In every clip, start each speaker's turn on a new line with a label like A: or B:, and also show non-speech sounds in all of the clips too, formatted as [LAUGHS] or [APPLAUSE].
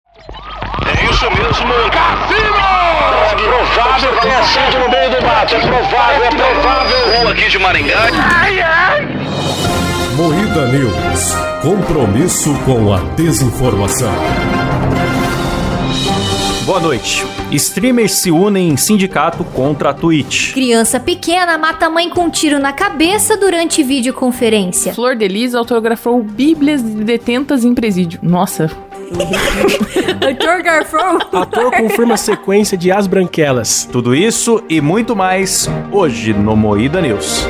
A: É mesmo. Cassino! É provável que tenha sido no meio do mato. É provável, é provável. Rua aqui de Maringá. Ai, ai.
B: Moída News. Compromisso com a desinformação.
C: Boa noite. Streamers se unem em sindicato contra a Twitch.
D: Criança pequena mata a mãe com um tiro na cabeça durante videoconferência.
E: Flor de Lis autografou bíblias de detentas em presídio. Nossa.
D: [LAUGHS] Arthur Garfão.
F: Ator confirma a sequência de As Branquelas.
C: Tudo isso e muito mais hoje no Moída News.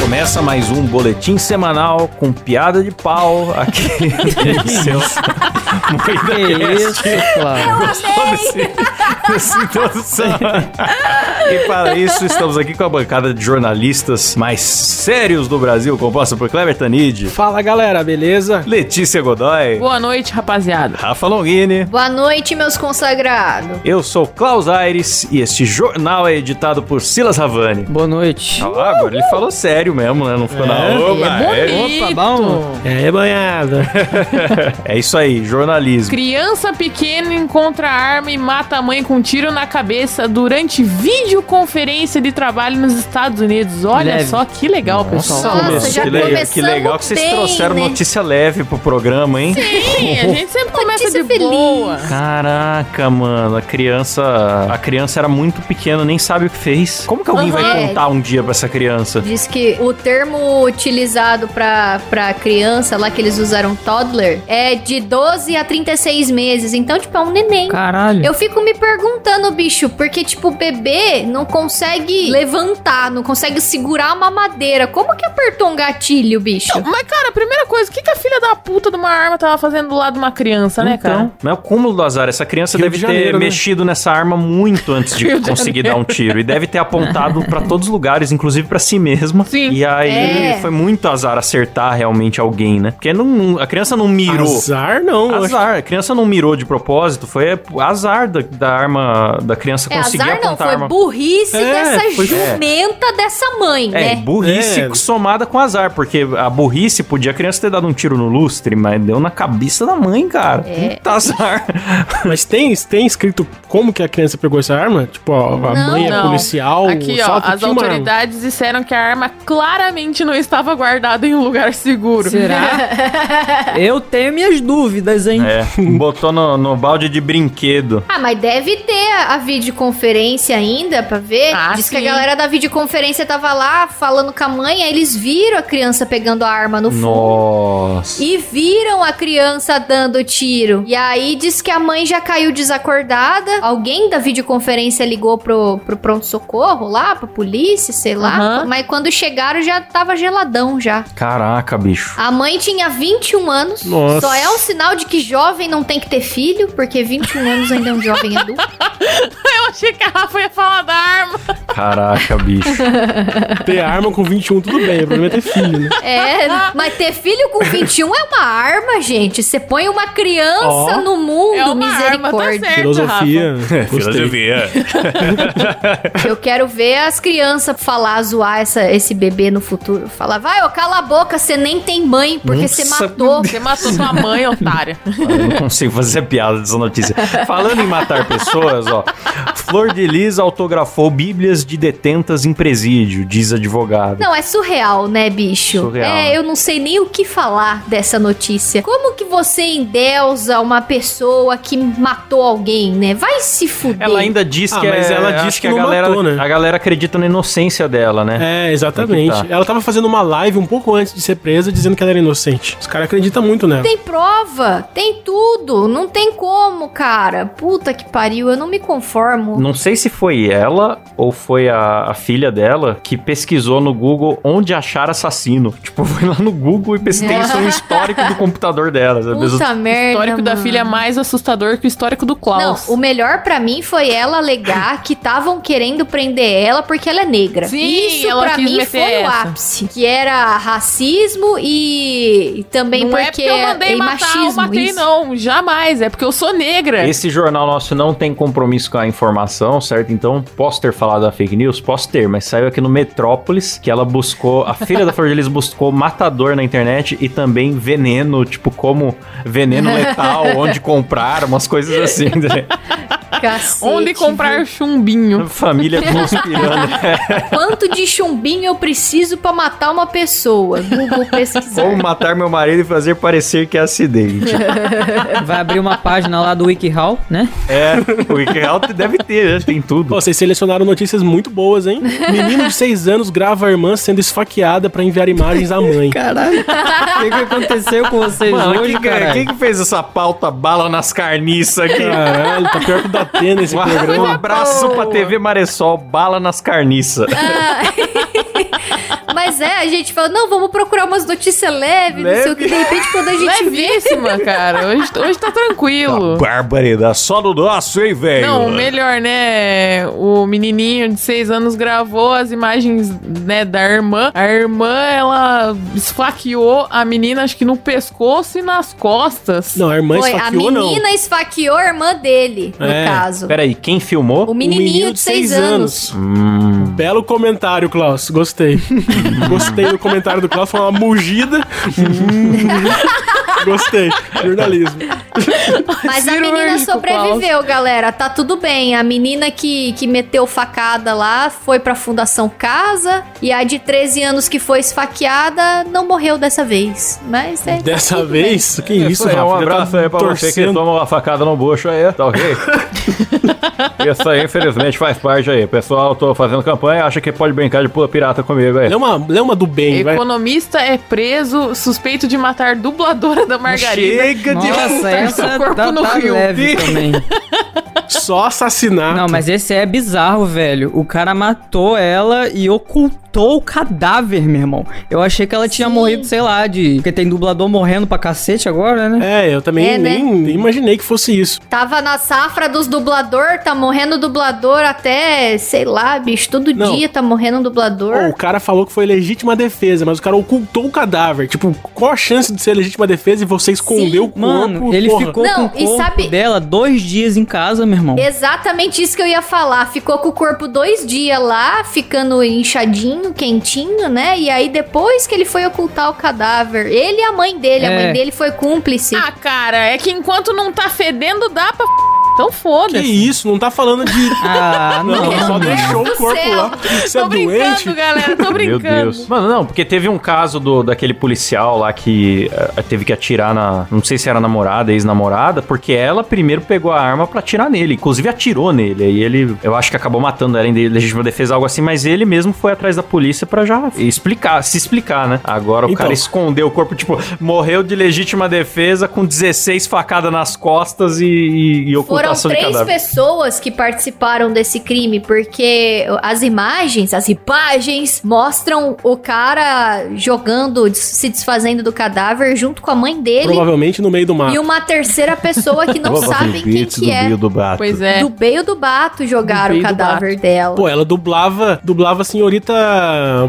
C: Começa mais um boletim semanal com piada de pau
F: [LAUGHS]
C: aqui. Que isso?
F: Que isso, Flávio?
C: Essa introdução. e para isso, estamos aqui com a bancada de jornalistas mais sérios do Brasil, composta por Kleber Tanid,
F: Fala galera, beleza?
C: Letícia Godoy,
E: Boa noite, rapaziada.
C: Rafa Longini.
D: Boa noite, meus consagrados.
C: Eu sou Klaus Aires e este jornal é editado por Silas Ravani.
G: Boa noite.
C: Ah, lá, agora ele falou sério mesmo, né? Não ficou na oba, é.
E: Bonito.
G: Opa, bom.
F: É, banhada.
C: É isso aí, jornalismo.
E: Criança pequena encontra arma e mata a mãe com um tiro na cabeça durante videoconferência de trabalho nos Estados Unidos. Olha
G: Leve.
E: só que legal, pessoal.
D: Nossa, já
C: que, legal, que
D: começamos
C: legal que vocês
D: bem,
C: trouxeram
D: né?
C: notícia leve pro programa, hein?
E: Sim, assim, a gente sempre começa
D: Notícia
E: de
D: feliz.
E: boa.
C: Caraca, mano, a criança. A criança era muito pequena, nem sabe o que fez. Como que alguém vai
D: Aham. É.
C: contar um dia pra essa criança?
D: Diz que o termo utilizado pra, pra criança lá que eles usaram toddler é de 12 a 36 meses. Então, tipo, é um neném.
G: Caralho.
D: Eu fico me perguntando, bicho, porque, tipo, o bebê não consegue levantar, não consegue segurar a mamadeira. Como que apertou um gatilho, bicho?
E: Mas, cara, a primeira coisa, o que, que a filha da puta de uma arma tava fazendo do lado de uma criança, né, cara?
C: Mas Então, o cúmulo do azar, essa criança
F: Rio
C: deve
F: de
C: ter
F: Janeiro, né?
C: mexido nessa arma muito antes de
E: Rio de
C: conseguir dar
E: Janeiro.
C: um tiro. E deve ter apontado pra todos os lugares, inclusive pra si mesma.
E: Sim.
C: E aí
D: É.
C: foi muito azar acertar realmente alguém, né? Porque não, a criança não mirou.
F: Azar não. eu acho.
C: Azar, a criança não mirou de propósito, foi azar da, da arma da criança
D: É
C: conseguir
D: azar não,
C: apontar a
D: foi
C: arma.
D: burrice
F: É,
D: dessa
F: foi-
D: jumenta dessa mãe,
C: É, e
D: né?
C: burrice
F: É.
C: somada com azar, porque a burrice podia a criança ter dado um tiro no lustre, mas deu na cabeça da mãe, cara.
D: É.
C: Puta azar.
F: Mas tem, tem escrito como que a criança pegou essa arma? Tipo, ó, a
D: Não,
F: mãe é
E: não.
F: policial.
E: Aqui, ó,
F: assalto,
E: as
F: tinha uma arma.
E: autoridades disseram que a arma claramente não estava guardada em um lugar seguro.
G: Será? Eu tenho minhas dúvidas, hein?
C: É, botou no, no balde de brinquedo.
D: Ah, mas deve ter a a videoconferência ainda pra ver.
E: Ah,
D: Diz que a
E: sim.
D: galera da videoconferência tava lá falando com a mãe, aí eles viram a criança pegando a arma no fundo.
C: Nossa.
D: E viram a criança dando tiro. E aí diz que a mãe já caiu desacordada. Alguém da videoconferência ligou pro, pro pronto-socorro lá, pra polícia, sei lá.
E: Aham.
D: Mas quando chegaram já tava geladão já.
C: Caraca, bicho.
D: A mãe tinha 21 anos.
F: Nossa.
D: Só é um sinal de que jovem não tem que ter filho, porque 21 anos ainda é um jovem
F: [LAUGHS]
D: adulto.
E: [LAUGHS] Eu achei que a Rafa ia falar da arma.
C: Caraca,
D: [LAUGHS]
C: bicho.
F: Ter arma com 21, tudo bem. O problema é ter
E: [LAUGHS]
F: filho, né?
D: É, mas ter filho com 21 é uma arma, gente. Você põe uma criança
F: Ó.
D: no mundo,
E: é uma arma, tá
D: misericórdia.
E: certo,
F: É, Filosofia. Gostei.
D: Eu quero ver as crianças falar, zoar essa, esse bebê no futuro. Falar, vai, ô, cala a boca, você nem tem mãe, porque você
C: Nossa.
D: matou.
E: Rafa. Você matou sua mãe, otária.
C: Eu não consigo fazer piada dessa notícia. Falando em matar pessoas, ó. Flor de Lis autografou bíblias de detentas em presídio, diz advogado.
D: Não, é surreal, né, bicho?
C: Surreal.
D: É, eu não sei nem o que falar dessa notícia. Como que você endeusa uma pessoa que matou alguém, né? Vai se fuder.
C: Ela ainda diz
F: Ah,
C: que
F: mas
C: é-
F: ela
C: acho
F: diz que
C: a
F: não
C: galera,
F: matou, né?
C: a galera acredita na inocência dela, né?
F: É, exatamente.
C: Tem que tá.
F: Ela tava fazendo uma live um pouco antes de ser presa, dizendo que ela era inocente. Os caras acreditam muito nela.
D: Tem prova, tem tudo, não tem como, cara. Puta que pariu, eu não me conformo.
C: Não sei se foi ela ou foi a, a filha dela que pesquisou no Google onde achar assassino. [LAUGHS] Tipo, foi lá no Google e pes- tem isso no histórico do computador dela. sabe?
D: Puta [LAUGHS] merda.
E: O histórico da
D: mano.
E: filha é mais assustador que o histórico do
D: Não,
E: Klaus.
D: o melhor pra mim foi
E: [COUGHS]
D: ela alegar que estavam querendo prender ela porque ela é negra.
E: Sim,
D: Isso
E: ela
D: pra
E: quis
D: mim
E: meter
D: foi o
E: essa.
D: ápice, que era racismo e, e também
E: Não é
D: porque
E: porque eu mandei
D: e
E: matar
D: machismo.
E: eu matei,
D: isso.
E: não. Jamais. É porque eu sou negra.
C: Esse jornal nosso não tem compromisso com a informação, certo? Então posso ter falado a fake fake news? Posso ter, mas saiu aqui no Metrópolis que ela buscou, a filha da Flor de Lis buscou matador na internet e também veneno, tipo como veneno letal, onde comprar, umas coisas assim. né?
E: [LAUGHS]
D: Cacete,
E: Onde comprar chumbinho?
C: Família conspirando.
D: viu? Quanto de chumbinho eu preciso pra matar uma pessoa? Google pesquisar.
C: Como matar meu marido e fazer parecer que é acidente.
G: Vai abrir uma página lá do WikiHow, né?
C: É, o Wikihow deve ter, né? tem tudo.
F: Pô, vocês selecionaram notícias muito
D: [LAUGHS]
F: boas, hein? Menino de 6 anos grava a irmã sendo esfaqueada pra enviar imagens à mãe.
G: Caralho. O que, que aconteceu com vocês
C: Mano,
G: hoje,
C: quem, que- é-
G: cara?
C: quem que fez essa pauta bala nas carniças aqui?
F: Caralho, tá pior que o da Atena esse
C: Um
F: programa. é
C: abraço pra TV Maressol, bala nas carniças.
D: [LAUGHS]
F: É.
D: Mas é, a gente fala, não, vamos procurar umas notícias leves, não sei o que. De repente, quando a gente vê,
E: Levíssima, é cara. Hoje, hoje tá tranquilo.
C: Barbaridade, só no nosso, hein, velho?
E: Não, o melhor, né? O menininho de 6 anos gravou as imagens, né, da irmã. A irmã, ela esfaqueou a menina, acho que no pescoço e nas costas.
F: Não, a irmã
D: foi, a
F: esfaqueou, não.
D: menina esfaqueou a irmã dele, no
F: É,
D: caso.
C: Peraí, quem filmou?
D: O
F: Um
D: menininho de 6 anos.
C: Hum.
F: Belo comentário, Klaus.
C: [LAUGHS]
F: Gostei. Gostei do comentário do Klaus. Foi uma mugida. Hum. Gostei. Jornalismo.
D: Mas a
E: Cirúrgico,
D: menina sobreviveu, galera. Tá tudo bem. A menina que, que meteu facada lá foi pra Fundação Casa. E a de 13 anos que foi esfaqueada não morreu dessa vez. Mas é. tá
F: Dessa
D: tudo
F: vez, que isso,
C: aí,
F: Rafa?
C: um
F: Já tá
C: abraço aí pra você que
F: torcendo.
C: toma uma facada no bucho aí, tá ok? Isso aí, infelizmente, faz parte aí. Pessoal, tô fazendo campanha, acha que pode brincar de pula pirata comigo aí.
F: Lê uma, lê uma do bem, vai.
E: Economista é preso suspeito de matar dubladora da Margarida.
C: é
G: Nossa, essa
E: corpo
G: tá,
E: no
G: tá
E: rio.
G: leve também.
F: Só assassinar.
G: Não, mas esse é bizarro, velho. O cara matou ela e ocultou o cadáver, meu irmão. Eu achei que ela tinha morrido, sei lá, de. Porque tem dublador morrendo pra cacete agora, né?
F: É, eu também
D: É, né?
F: nem, nem imaginei que fosse isso.
D: Tava na safra dos dublador, tá morrendo dublador até, sei lá, bicho, todo
F: Não.
D: dia tá morrendo um
F: Pô, o
D: dublador.
F: cara falou que foi legítima defesa, mas o cara ocultou o cadáver. Tipo, qual a chance de ser legítima defesa e você esconder
D: Sim.
F: o corpo?
G: Mano, ele
F: porra?
G: ficou
D: Não,
G: com
D: e
G: o corpo
D: sabe-
G: dela dois dias em casa, meu irmão.
D: Exatamente isso que eu ia falar. Ficou com o corpo dois dias lá, ficando inchadinho, quentinho, né? E aí depois que ele foi ocultar o cadáver, ele e a mãe dele, a
G: É.
D: mãe dele foi cúmplice.
E: Ah, cara, é que enquanto não tá fedendo, dá pra... f***. Então
F: Que
E: foda-se.
F: isso, não tá falando de... [LAUGHS]
G: Ah,
F: Não,
G: não.
F: só deixou
D: do
F: o corpo
D: céu.
F: lá. Você
E: Tô
F: é
E: brincando,
F: doente?
E: galera, tô brincando.
C: Mano, não, porque teve um caso do, daquele policial lá que eh, teve que atirar na. Não sei se era namorada, ex-namorada, porque ela primeiro pegou a arma pra atirar nele. Inclusive atirou nele. Aí ele, eu acho que acabou matando ela em de- legítima defesa, algo assim, mas ele mesmo foi atrás da polícia pra já explicar, se explicar, né? Agora o
F: Então.
C: cara escondeu o corpo, tipo, morreu de legítima defesa com 16 facadas nas costas e, e, e
D: Foram
C: ocultação de
D: três
C: cadáver.
D: pessoas que participaram desse crime, porque as imagens, as imagens, mostram o cara jogando, des- se desfazendo do cadáver junto com a mãe dele
F: Provavelmente no meio do mar.
D: e uma terceira
C: [LAUGHS]
D: pessoa que não sabem quem que é.
C: do bato.
E: Pois é.
D: Do meio do bato
E: Do
D: jogaram o
E: meio do
D: cadáver dela.
F: Pô, ela dublava, dublava a senhorita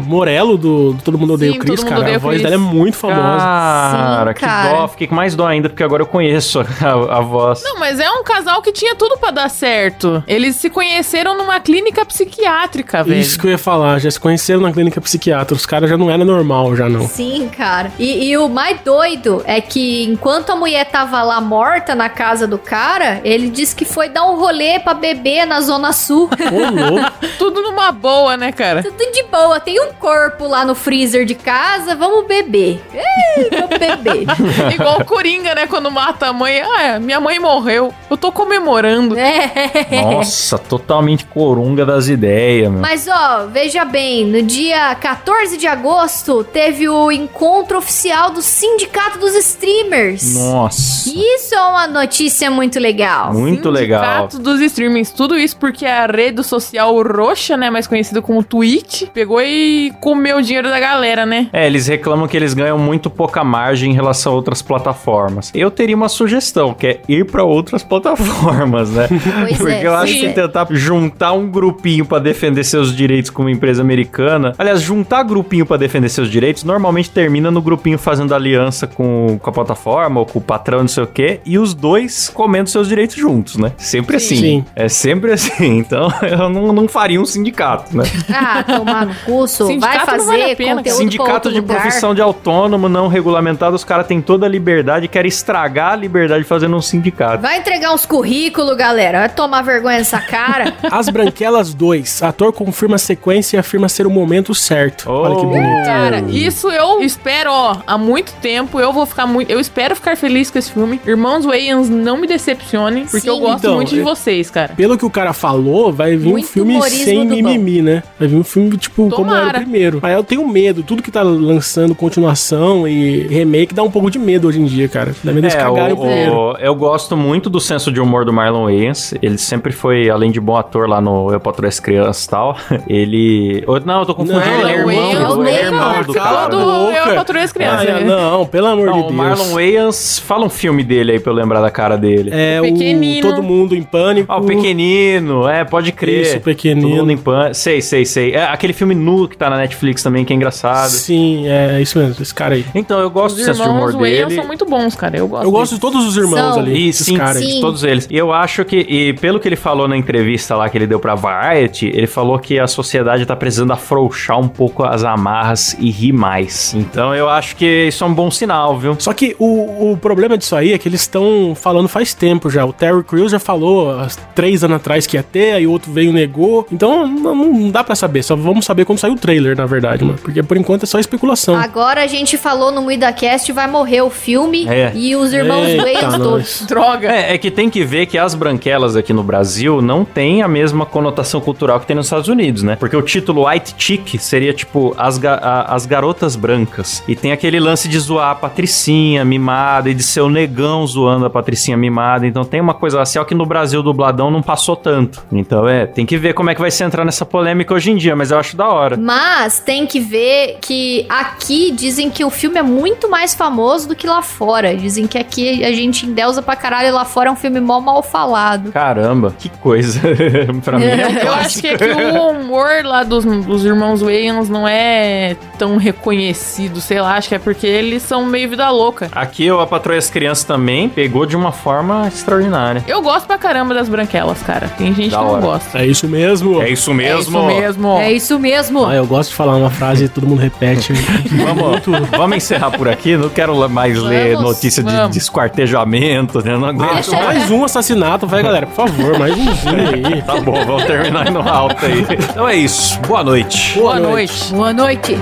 F: Morello do, do Todo Mundo Odeia
E: Sim,
F: o Chris,
E: Todo Mundo
F: cara.
E: Odeia
F: A
E: o
F: voz
E: Chris.
F: dela é muito
G: Ah,
F: famosa.
C: Cara,
D: Sim, cara.
C: que dó. Fiquei com mais dó ainda, porque agora eu conheço [LAUGHS] a, a voz.
E: Não, mas é um casal que tinha tudo pra dar certo. Eles se conheceram numa clínica psiquiátrica, velho.
F: Isso que eu ia falar, já se conheceram na clínica psiquiatra, os caras já não eram normal,
D: [LAUGHS]
F: já não.
D: Sim, cara. E, e o mais doido é que enquanto a mulher tava lá morta na casa do cara, ele disse que foi dar um rolê pra beber na Zona Sul. [LAUGHS]
F: Ô, louco.
E: Tudo numa boa, né,
F: [LAUGHS]
E: cara?
D: Tudo de boa, tem um corpo lá no freezer de casa, vamos beber. Ei, vamos beber. [LAUGHS]
E: Igual o Coringa, né? Quando mata a mãe. Ah, é, minha mãe morreu. Eu tô comemorando.
D: É.
C: Nossa, totalmente corunga das ideias, meu.
D: Mas ó, veja bem, no dia 14 de agosto teve o encontro oficial do Sindicato dos Streamers.
C: Nossa.
D: Isso é uma notícia muito legal.
C: Muito legal.
E: Sindicato dos streamings, tudo isso porque a rede social roxa, né, mais conhecida como Twitch, pegou e comeu o dinheiro da galera, né?
C: É, eles reclamam que eles ganham muito pouca margem em relação a outras [LAUGHS] plataformas. Eu teria uma sugestão, que é ir pra outras plataformas. formas, né?
D: Pois
C: Porque
D: é,
C: eu acho
D: pois
C: que
D: é.
C: tentar juntar um grupinho pra defender seus direitos com uma empresa americana. Aliás, juntar grupinho pra defender seus direitos normalmente termina no grupinho fazendo aliança com, com a plataforma ou com o patrão, não sei o quê, e os dois comendo seus direitos juntos, né? Sempre
F: Sim.
C: assim.
F: Sim.
C: É sempre assim. [LAUGHS] Então eu não, não faria um sindicato, né?
D: Ah, tomar no curso,
E: Sindicato
D: vai
E: não
D: fazer
E: vale a pena,
D: conteúdo pra
C: Sindicato
D: outro
C: de
D: lugar.
C: profissão de autônomo não regulamentado, os caras têm toda a liberdade, querem estragar a liberdade fazendo um sindicato.
D: Vai entregar uns currículos, galera. Vai tomar vergonha nessa cara.
C: [LAUGHS]
F: As Branquelas 2. Ator confirma a sequência e afirma ser o momento certo. Olha que
C: Oh.
F: bonito.
E: Cara, isso eu espero, ó, há muito tempo. Eu vou ficar muito. Eu espero ficar feliz com esse filme. Irmãos Wayans, não me decepcionem, porque
D: Sim.
E: eu gosto
F: Então,
E: muito de
F: eu-
E: vocês, cara.
F: Pelo que o cara falou, vai vir
D: Muito
F: um filme
D: humorismo
F: sem
D: do
F: mimimi, né? Vai vir um filme, tipo, como era o
E: Tomara.
F: primeiro. Aí eu tenho medo. Tudo que tá lançando continuação e remake dá um pouco de medo hoje em dia, cara. Dá medo de
C: É,
F: cagarem o primeiro.
C: o- o- eu gosto muito do senso de humor do Marlon Wayans. Ele sempre foi, além de bom ator lá no Eu Patrulho as Crianças e tal, [LAUGHS] ele... ou- Não, eu tô confundindo, ele
F: Não,
C: é
E: Marlon
C: irmão,
E: Wayans,
C: do- ele é irmão
E: Wayans,
C: do
E: calma,
C: cara.
E: do- Eu, Eu, Patroa e as Crianças,
F: Ah,
E: né?
F: não, pelo amor
C: Não,
F: de
C: o
F: Deus.
C: Marlon Wayans, fala um filme dele aí pra eu lembrar da cara dele.
F: É o
E: Pequenino.
F: Todo Mundo em Pânico.
C: Ah, o Pequenino, é, pode crer.
F: Isso, o Pequenino.
C: Todo mundo em pan... Sei, sei, sei. É aquele filme nu que tá na Netflix também, que é engraçado.
F: Sim, é isso mesmo, esse cara aí.
C: Então, eu gosto
E: Os
C: do senso de humor
E: irmãos Wayans
C: dele.
E: são muito bons, cara. Eu gosto.
F: Eu gosto de todos os irmãos
D: São.
F: ali,
C: E
F: esses
C: sim,
F: caras aí.
D: sim.
C: de todos eles. E eu acho que, e pelo que ele falou na entrevista lá que ele deu pra Variety, ele falou que a sociedade tá precisando afrouxar um pouco as amarras e rir mais. Então eu acho que isso é um bom sinal, viu?
F: Só que o, o problema disso aí é que eles estão falando faz tempo já. O Terry Crews já falou há três anos atrás que ia ter, aí o outro veio e negou. Então não, não dá pra saber, só vamos saber quando sair o trailer, na verdade, mano. Porque por enquanto é só especulação.
D: Agora a gente falou no MuidaCast, vai morrer o filme
C: É.
D: e os irmãos
F: Eita,
D: Wayans
F: nós.
D: todos.
E: Droga.
C: É, é que tem que ver que as branquelas aqui no Brasil não tem a mesma conotação cultural que tem nos Estados Unidos, né? Porque o título White Chick seria tipo as, ga- a- as garotas brancas. E tem aquele lance de zoar a patricinha mimada e de ser o negão zoando a patricinha mimada. Então tem uma coisa racial que no Brasil o dubladão não passou tanto. Então é, tem que ver como é que vai se entrar nessa polêmica hoje em dia, mas eu acho da hora.
D: Mas tem que ver que aqui dizem que o filme é muito mais famoso do que lá fora. Dizem que aqui a gente endeusa pra caralho e lá fora é um filme mó mal falado.
C: Caramba, que coisa. [LAUGHS] pra mim é um
E: [LAUGHS] Eu acho
C: clássico.
E: que, é que o humor lá dos, dos irmãos Wayans não é tão reconhecido, sei lá, acho que é porque eles são meio vida louca.
C: Aqui o A Patroa e as Crianças também pegou de uma forma extraordinária.
E: Eu gosto pra caramba das branquelas, cara. Tem gente
C: Da
E: que não
C: hora.
E: gosta.
F: É isso mesmo.
C: É isso
E: É
C: mesmo.
E: isso mesmo.
D: É isso mesmo.
F: Ah, eu gosto de falar uma frase e todo
D: [LAUGHS]
F: mundo repete.
C: Vamos, vamos encerrar por aqui. Não quero lá mais ler
E: Vamos,
C: notícia de
E: vamos.
C: desquartejamento, né? Não aguento.
D: Deixa-
F: mais um assassinato, vai galera, por favor, mais umzinho aí.
C: Tá bom, vamos terminar no alto aí. Então é isso. Boa noite.
E: Boa, noite.
D: Boa noite.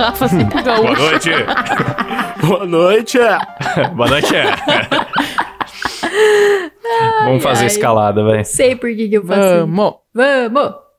E: Rafa sempre gaúcho.
C: noite.
F: Boa noite.
C: Boa noite. Vamos fazer
D: ai.
C: escalada, velho. Ah,
D: Sei por que, que eu faço. isso.
E: Vamos.
D: Vamos.